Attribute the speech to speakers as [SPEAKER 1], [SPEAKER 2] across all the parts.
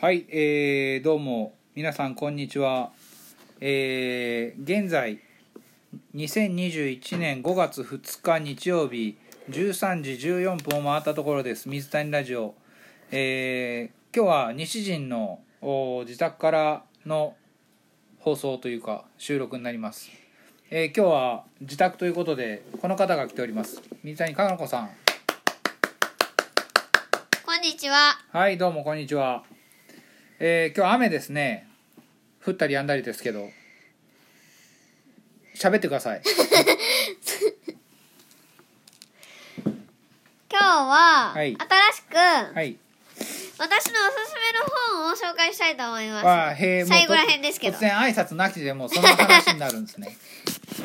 [SPEAKER 1] はい、えーどうも皆さんこんにちは。えー現在2021年5月2日日曜日13時14分を回ったところです。水谷ラジオ。えー今日は西陣のお自宅からの放送というか収録になります。えー今日は自宅ということでこの方が来ております。水谷香菜子さん。
[SPEAKER 2] こんにちは。
[SPEAKER 1] はい、どうもこんにちは。えー、今日雨ですね。降ったり止んだりですけど。喋ってください。
[SPEAKER 2] 今日は、
[SPEAKER 1] は
[SPEAKER 2] 新し
[SPEAKER 1] い
[SPEAKER 2] く、
[SPEAKER 1] は
[SPEAKER 2] 私の
[SPEAKER 1] い。
[SPEAKER 2] おすすめの本を紹介したいと思います。
[SPEAKER 1] あーへーもう
[SPEAKER 2] 最後ら辺ですけど
[SPEAKER 1] 突。然挨拶なきでもうその話になるんですね。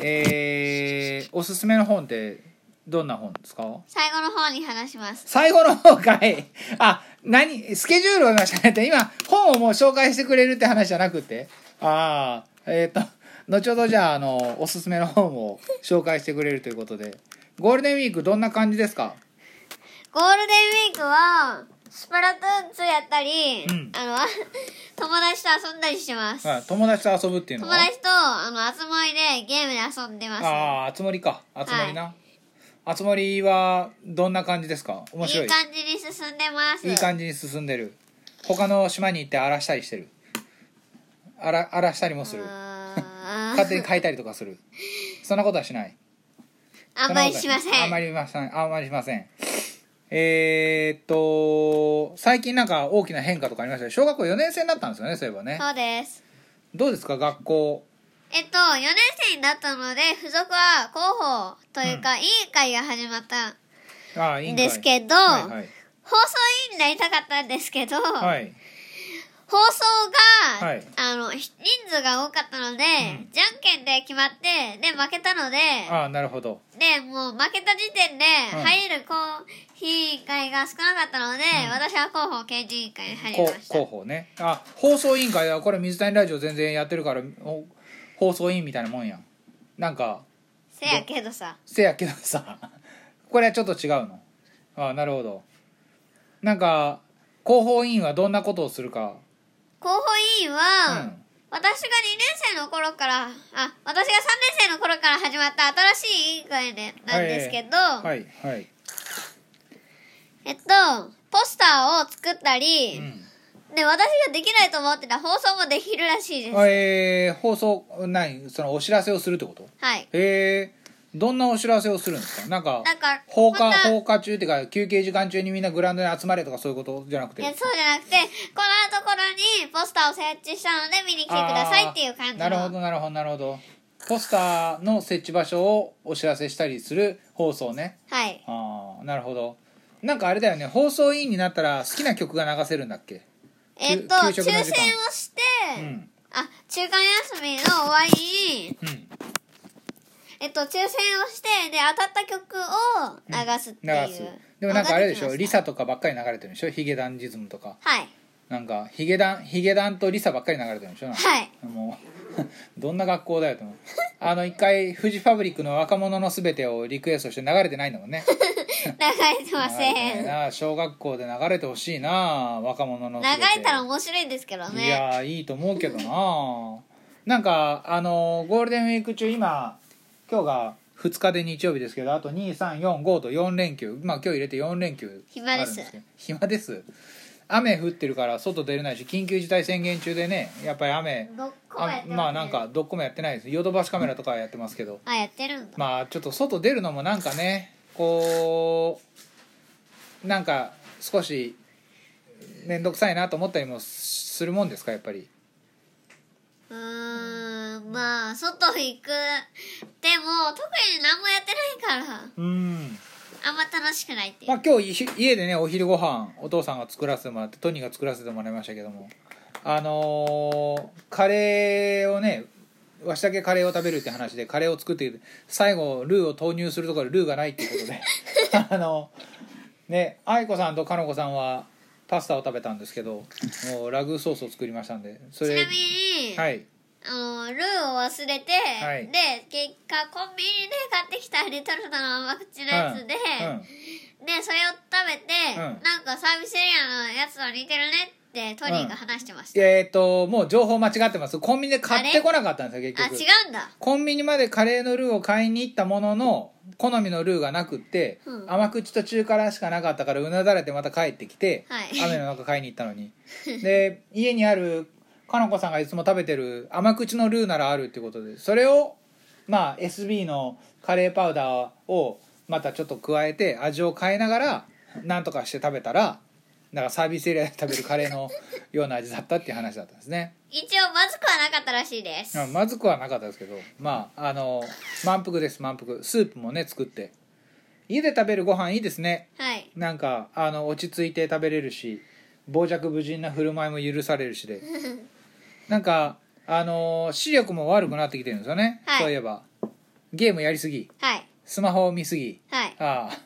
[SPEAKER 1] えー、おすすめの本ってどんな本ですか
[SPEAKER 2] 最後の方に話します。
[SPEAKER 1] 最後の方かい。あ、何、スケジュールを話しないて、今、本をもう紹介してくれるって話じゃなくて。ああ、えっ、と、後ほどじゃあ、あの、おすすめの本を紹介してくれるということで。ゴールデンウィークどんな感じですか
[SPEAKER 2] ゴールデンウィークは、スプラトゥーン2やったり、
[SPEAKER 1] うん
[SPEAKER 2] あの、 友達と遊んだりしてます。
[SPEAKER 1] あ友達と遊ぶっていうの
[SPEAKER 2] 友
[SPEAKER 1] は
[SPEAKER 2] 達と、あの、集まりでゲームで遊んでます。
[SPEAKER 1] ああ、つ森か。あつ森な。あつ森はどんな感じですか面白い。
[SPEAKER 2] いい感じに進んでます。
[SPEAKER 1] いい感じに進んでる。他の島に行って荒らしたりしてる。荒ら荒らしたりもする。
[SPEAKER 2] うーん
[SPEAKER 1] 勝手に変えたりとかする。そんなことはしない。
[SPEAKER 2] あんまりしませ
[SPEAKER 1] あんま
[SPEAKER 2] ん。
[SPEAKER 1] りしません。あんまりしません。えーっと、最近なんか大きな変化とかありましたね小学校4年生になったんですよね、そういえばね。
[SPEAKER 2] そうです。
[SPEAKER 1] どうですか、学校。
[SPEAKER 2] えっと、4年生になったので、付属は広報というか、委員会が始まったん
[SPEAKER 1] ああ、いいん
[SPEAKER 2] ですけど、
[SPEAKER 1] はいはい。
[SPEAKER 2] 放送委員になりたかったんですけど、
[SPEAKER 1] はい。
[SPEAKER 2] 放送が、
[SPEAKER 1] はい
[SPEAKER 2] あの、ひ人数が多かったので、
[SPEAKER 1] ん
[SPEAKER 2] じゃんけんで決まって、で、負けたので、
[SPEAKER 1] ああ、なるほど。
[SPEAKER 2] で、もう負けた時点で、
[SPEAKER 1] うん
[SPEAKER 2] 入る公委員会が少なかったので、
[SPEAKER 1] ん
[SPEAKER 2] 私は広報検事委員会に入り
[SPEAKER 1] こ
[SPEAKER 2] ま
[SPEAKER 1] う
[SPEAKER 2] した。
[SPEAKER 1] 広報ね。あ、放送委員会はこれ水谷ラジオ全然やってるから、お放送委員みたいなもんやん。なんか、
[SPEAKER 2] せやけどさ、
[SPEAKER 1] せやけどさ これはちょっと違うのああなるほどなんか広報委員はどんなことをするか
[SPEAKER 2] 広報委員は、
[SPEAKER 1] うん
[SPEAKER 2] 私が2年生の頃から、あ、私が3年生の頃から始まった新しい委員会でなんですけど、
[SPEAKER 1] はいはい、
[SPEAKER 2] えっと、ポスターを作ったり、
[SPEAKER 1] うん
[SPEAKER 2] で、私ができないと思ってた放送もできるらしいです。
[SPEAKER 1] あえー、放送何そのお知らせをするってこと
[SPEAKER 2] はい。
[SPEAKER 1] えー、どんなお知らせをするんですかなんか
[SPEAKER 2] なんか
[SPEAKER 1] 放
[SPEAKER 2] こ
[SPEAKER 1] 課
[SPEAKER 2] んな
[SPEAKER 1] 放課中っていうか休憩時間中にみんなグラウンドに集まれとかそういうことじゃなくて
[SPEAKER 2] いやそうじゃなくて、このところにポスターを設置したので見に来てくださいっていう感じの。
[SPEAKER 1] あーなるほどなるほどなるほどポスターの設置場所をお知らせしたりする放送ね
[SPEAKER 2] はい。
[SPEAKER 1] ああなるほどなんかあれだよね放送委員になったら好きな曲が流せるんだっけ
[SPEAKER 2] えっと、
[SPEAKER 1] 給
[SPEAKER 2] 抽選
[SPEAKER 1] 給食の
[SPEAKER 2] を
[SPEAKER 1] 時間
[SPEAKER 2] して、
[SPEAKER 1] うん
[SPEAKER 2] あ、中間休みの終わりに、
[SPEAKER 1] うん
[SPEAKER 2] えっと、抽選をして、で、当たった曲を流すっていう。
[SPEAKER 1] 流すでもなんかあれでし
[SPEAKER 2] の
[SPEAKER 1] ょ
[SPEAKER 2] がきま
[SPEAKER 1] リ
[SPEAKER 2] た
[SPEAKER 1] サとかばっかり流れてるんでしょヒゲダンジズムとか
[SPEAKER 2] はい。
[SPEAKER 1] なんかヒゲダンヒゲダンとリサばっかり流れてるんでしょなんか
[SPEAKER 2] はい。
[SPEAKER 1] もう どんな学校だよと思うあの一回フジファブリックの「若者のすべて」をリクエストして流れてないんだもんね
[SPEAKER 2] 流れてま
[SPEAKER 1] 流れて
[SPEAKER 2] せ
[SPEAKER 1] ない
[SPEAKER 2] ん。
[SPEAKER 1] な小学校で流れてほしいな若者の
[SPEAKER 2] 流
[SPEAKER 1] すべて
[SPEAKER 2] れたら面白いんですけど
[SPEAKER 1] い
[SPEAKER 2] ね。
[SPEAKER 1] やーいいと思うけどななんかあのーゴールデンウィーク中今今日が2日で日曜日ですけどあと2345と4連休まあ今日入れて4連休
[SPEAKER 2] 暇です
[SPEAKER 1] あるんけど暇です雨降ってるから外出れないし緊急事態宣言中でねやっぱり雨
[SPEAKER 2] どこや
[SPEAKER 1] あ
[SPEAKER 2] って
[SPEAKER 1] まあなんかどっこもやってないですヨドバシカメラとかはやってますけど
[SPEAKER 2] あ、やってるんだ。
[SPEAKER 1] まあちょっと外出るのもなんかねこうなんか少し面倒くさいなと思ったりもするもんですかやっぱり
[SPEAKER 2] うーん、まあ、外行く。でも、特に何もやってないから、
[SPEAKER 1] うん
[SPEAKER 2] あんま楽しくないっていう。
[SPEAKER 1] まあ今日い家でねお昼ご飯お父さんが作らせてもらってトニーが作らせてもらいましたけどもあのーカレーをねわしだけカレーを食べるって話でカレーを作って最後ルーを投入するところでルーがないっていうことであのね愛子さんとかのこさんはパスタを食べたんですけどもうラグーソースを作りましたんでそ
[SPEAKER 2] ち
[SPEAKER 1] れ
[SPEAKER 2] なみに、
[SPEAKER 1] はい
[SPEAKER 2] あの、ルーを忘れて、で、
[SPEAKER 1] い
[SPEAKER 2] 結果、コンビニで買ってきたレトルトの甘口のやつで、
[SPEAKER 1] うん
[SPEAKER 2] で、それを食べて、
[SPEAKER 1] うん
[SPEAKER 2] なんかサービスエリアのやつと似てるねっってトリーが話してました、
[SPEAKER 1] えっ、ともう情報間違ってますコンビニで買ってこなかったんですよ
[SPEAKER 2] あ
[SPEAKER 1] 結局
[SPEAKER 2] 違うんだ
[SPEAKER 1] コンビニまでカレーのルーを買いに行ったものの好みのルーがなくって、
[SPEAKER 2] うん
[SPEAKER 1] 甘口と中辛しかなかったからうなだれてまた帰ってきて、
[SPEAKER 2] はい
[SPEAKER 1] 雨の中買いに行ったの にで家にあるかのこさんがいつも食べてる甘口のルーならあるってことでそれをまあ SB のカレーパウダーをまたちょっと加えて味を変えながらなんとかして食べたらなんかサービスエリアで食べるカレーのような味だったっていう話だったんですね。
[SPEAKER 2] 一応まずくはなかったらしいです
[SPEAKER 1] あまずくはなかったですけどまああの満腹です満腹スープもね作って家で食べるご飯いいですね
[SPEAKER 2] はい
[SPEAKER 1] なんかあの落ち着いて食べれるし傍若無人な振る舞いも許される しでなんかあの視力も悪くなってきてるんですよね、
[SPEAKER 2] はい
[SPEAKER 1] そういえばゲームやりすぎ
[SPEAKER 2] はい
[SPEAKER 1] スマホを見すぎ
[SPEAKER 2] はい
[SPEAKER 1] ああ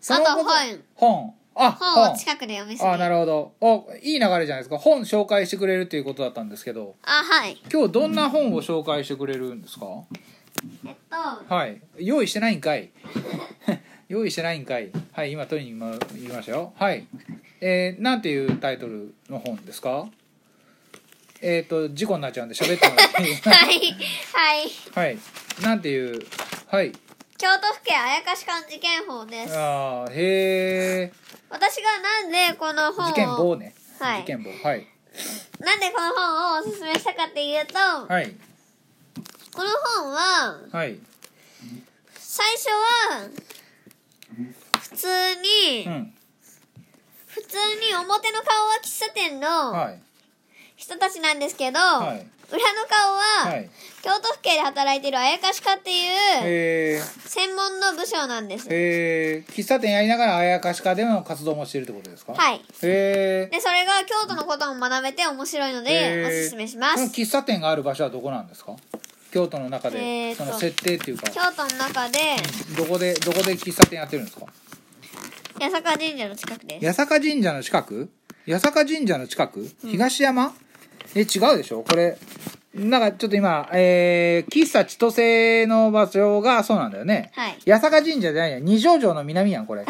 [SPEAKER 2] あと本
[SPEAKER 1] 本あ
[SPEAKER 2] 本を近くで読みすぎ
[SPEAKER 1] あなるほどおいい流れじゃないですか本紹介してくれるっていうことだったんですけど
[SPEAKER 2] あはい
[SPEAKER 1] 今日どんな本を紹介してくれるんですか、
[SPEAKER 2] えっと
[SPEAKER 1] はい用意してないんかい 用意してないんかいはい今取りに今言いましたよはいえー、なんていうタイトルの本ですかえっ、と事故になっちゃうんで喋ってもらっていい
[SPEAKER 2] はいはい
[SPEAKER 1] はいなんていうはい
[SPEAKER 2] 京都府警あやかし漢事件法です
[SPEAKER 1] あーへえ
[SPEAKER 2] 私がなんでこの
[SPEAKER 1] 事件
[SPEAKER 2] 本を
[SPEAKER 1] 簿ね、
[SPEAKER 2] はい
[SPEAKER 1] 事件簿はい
[SPEAKER 2] なんでこの本をおすすめしたかっていうと、
[SPEAKER 1] はい
[SPEAKER 2] この本は
[SPEAKER 1] はい
[SPEAKER 2] 最初は普通に、
[SPEAKER 1] うん
[SPEAKER 2] 普通に表の顔は喫茶店の
[SPEAKER 1] はい
[SPEAKER 2] 人たちなんですけど、
[SPEAKER 1] い
[SPEAKER 2] 裏の顔は、
[SPEAKER 1] はい
[SPEAKER 2] 京都府警で働いてるあやかし課っていう
[SPEAKER 1] えー
[SPEAKER 2] 専門の部署なんです。
[SPEAKER 1] えー、喫茶店やりながらあやかし家での活動もしてるってことですか
[SPEAKER 2] はい。
[SPEAKER 1] へえ
[SPEAKER 2] でそれが京都のことも学べて面白いの
[SPEAKER 1] へ
[SPEAKER 2] で
[SPEAKER 1] ー
[SPEAKER 2] おすすめしま
[SPEAKER 1] その
[SPEAKER 2] す。
[SPEAKER 1] 喫茶店がある場所はどこなんですか京都の中
[SPEAKER 2] え
[SPEAKER 1] で
[SPEAKER 2] ーと
[SPEAKER 1] その設定っていうか
[SPEAKER 2] 京都の中で
[SPEAKER 1] どこでどこで喫茶店やってるんですか
[SPEAKER 2] 八坂神社の近くです。
[SPEAKER 1] 八坂神社の近く八坂神社の近く東山、え違うでしょこれなんかちょっと今、えー、喫茶千歳の場所がそうなんだよね、
[SPEAKER 2] はい
[SPEAKER 1] 八坂神社じゃないや二条城の南やん これ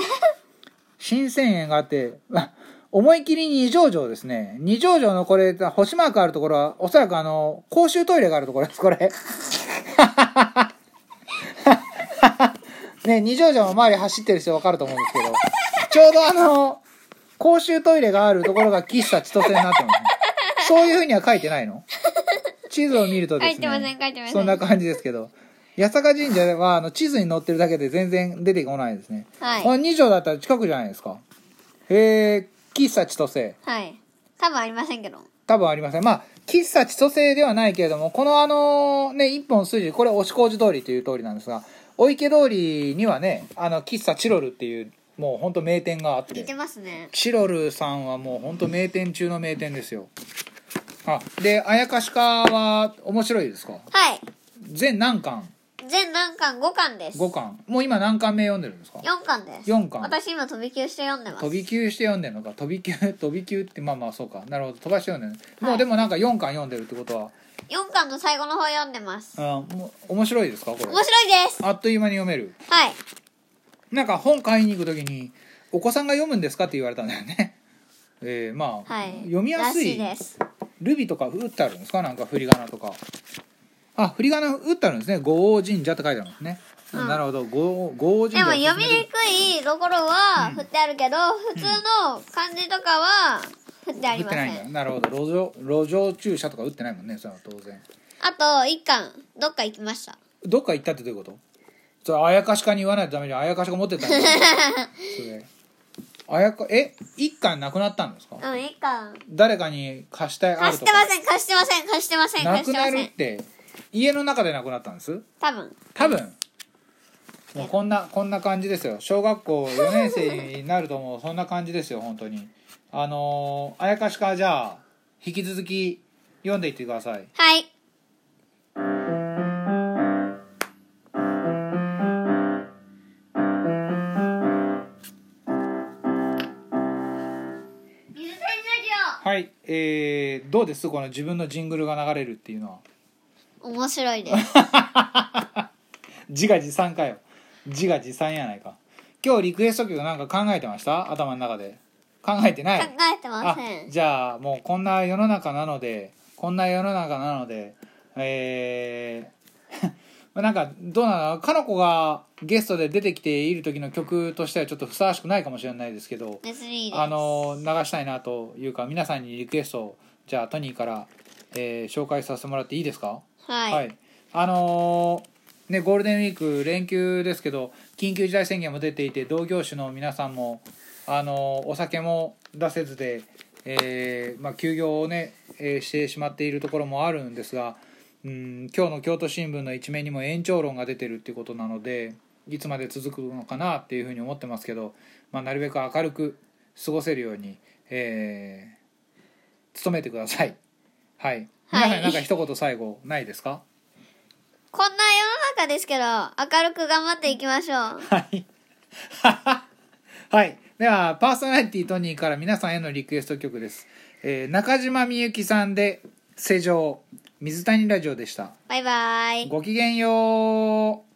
[SPEAKER 1] 新千円があってあ思い切り二条城ですね二条城のこれ星マークあるところはおそらくあの公衆トイレがあるところです これね二条城の周り走ってる人分かると思うんですけど ちょうどあの公衆トイレがあるところが喫茶千歳になってますねそういうふうには書いてないの地図を見るとですね
[SPEAKER 2] 書いてません書いてません
[SPEAKER 1] そんな感じですけど八坂神社はあの地図に載ってるだけで全然出てこないですね
[SPEAKER 2] はい
[SPEAKER 1] これ二条だったら近くじゃないですかへえ喫茶千歳
[SPEAKER 2] はい。多分ありませんけど。
[SPEAKER 1] 多分ありませんまあ喫茶千歳ではないけれどもこのあのね一本筋これ押小路通りという通りなんですがお池通りにはねあの喫茶チロルっていうもうほんと名店があっ
[SPEAKER 2] 似
[SPEAKER 1] て
[SPEAKER 2] てますね。
[SPEAKER 1] チロルさんはもうほんと名店中の名店ですよあであやかし家は面白いですか
[SPEAKER 2] はい。
[SPEAKER 1] 全何巻
[SPEAKER 2] 全何巻5巻です。
[SPEAKER 1] 5巻もう今何巻目読んでるんですか
[SPEAKER 2] 4巻です。
[SPEAKER 1] 4巻
[SPEAKER 2] 私今飛び級して読んでます。
[SPEAKER 1] 飛び級して読んでるのか飛び級 飛び級ってまあまあそうかなるほど飛ばして読んでる、
[SPEAKER 2] はい
[SPEAKER 1] もうでもなんか4巻読んでるってことは
[SPEAKER 2] 4巻の最後の方読んでます。
[SPEAKER 1] あもう面白いですかこれ
[SPEAKER 2] 面白いです。
[SPEAKER 1] あっという間に読める
[SPEAKER 2] はい。
[SPEAKER 1] なんか本買いに行く時に「お子さんが読むんですか?」って言われたんだよね えー、まあ、
[SPEAKER 2] はい。
[SPEAKER 1] 読みやす
[SPEAKER 2] らし
[SPEAKER 1] い
[SPEAKER 2] いです。
[SPEAKER 1] ルビとか打ってあるんですかなんか振り仮名とかあ振り仮名打ってあるんですね「五王神社」って書いてあるんですね、
[SPEAKER 2] うん
[SPEAKER 1] なるほど五王五王神
[SPEAKER 2] で
[SPEAKER 1] 社
[SPEAKER 2] も読みにくいところは振ってあるけど、普通の漢字とかは振ってあ
[SPEAKER 1] 打
[SPEAKER 2] り
[SPEAKER 1] っ
[SPEAKER 2] ま
[SPEAKER 1] て
[SPEAKER 2] せ。
[SPEAKER 1] なんいんだなるほど路上路上駐車とか打ってないもんねそれは当然
[SPEAKER 2] あと1巻、どっか行きました。
[SPEAKER 1] どっか行ったってどういうことそれあやかしかに言わないとダメじゃんあやかしが持ってったん だよそれあやかえ一巻なくなったんですか
[SPEAKER 2] うん、1巻。
[SPEAKER 1] 誰かに貸したいあ
[SPEAKER 2] 貸
[SPEAKER 1] る
[SPEAKER 2] し
[SPEAKER 1] と
[SPEAKER 2] て
[SPEAKER 1] か
[SPEAKER 2] ません、貸してません、貸してません、
[SPEAKER 1] な
[SPEAKER 2] 貸し
[SPEAKER 1] く
[SPEAKER 2] てま
[SPEAKER 1] な
[SPEAKER 2] せ
[SPEAKER 1] るっ
[SPEAKER 2] ん。
[SPEAKER 1] て家の中でなくなったんです
[SPEAKER 2] 多分。
[SPEAKER 1] 多分もうこんなこんな感じですよ小学校4年生になると もうそんな感じですよ本当にあのーあやかしかじゃあ引き続き読んでいってください
[SPEAKER 2] はい。水洗ラ
[SPEAKER 1] はいえー、どうですこの自分のジングルが流れるっていうのは
[SPEAKER 2] ジオ面白いです。
[SPEAKER 1] 自画自賛かよ自画自賛やないか今日リクエスト曲なんか考えてました頭の中で考えてない
[SPEAKER 2] 考えてま
[SPEAKER 1] あ
[SPEAKER 2] せん
[SPEAKER 1] じゃあもうこんな世の中なのでこんな世の中なのでえー なんかどうなのかの子がゲストで出てきている時の曲としてはちょっとふさわしくないかもしれないですけど
[SPEAKER 2] 別にいいです
[SPEAKER 1] あの流したいなというか皆さんにリクエストをじゃあトニーから、えー紹介させてもらっていいですか
[SPEAKER 2] はい、
[SPEAKER 1] あのーねゴールデンウィーク連休ですけど緊急事態宣言も出ていて同業種の皆さんもあのーお酒も出せずで、えーまあ休業をね、えーしてしまっているところもあるんですが、うん今日の京都新聞の一面にも延長論が出てるっていうことなのでいつまで続くのかなっていうふうに思ってますけど、まあ、なるべく明るく過ごせるように、えー努めてください。はい。皆さんなんか一言最後ないですか？
[SPEAKER 2] こんな世の中ですけど明るく頑張っていきましょう
[SPEAKER 1] はい。はい。では、パーソナリティトニーから皆さんへのリクエスト曲です。えー中島みゆきさんで、世情、水谷ラジオでした。
[SPEAKER 2] バイバイ
[SPEAKER 1] ごきげんよう。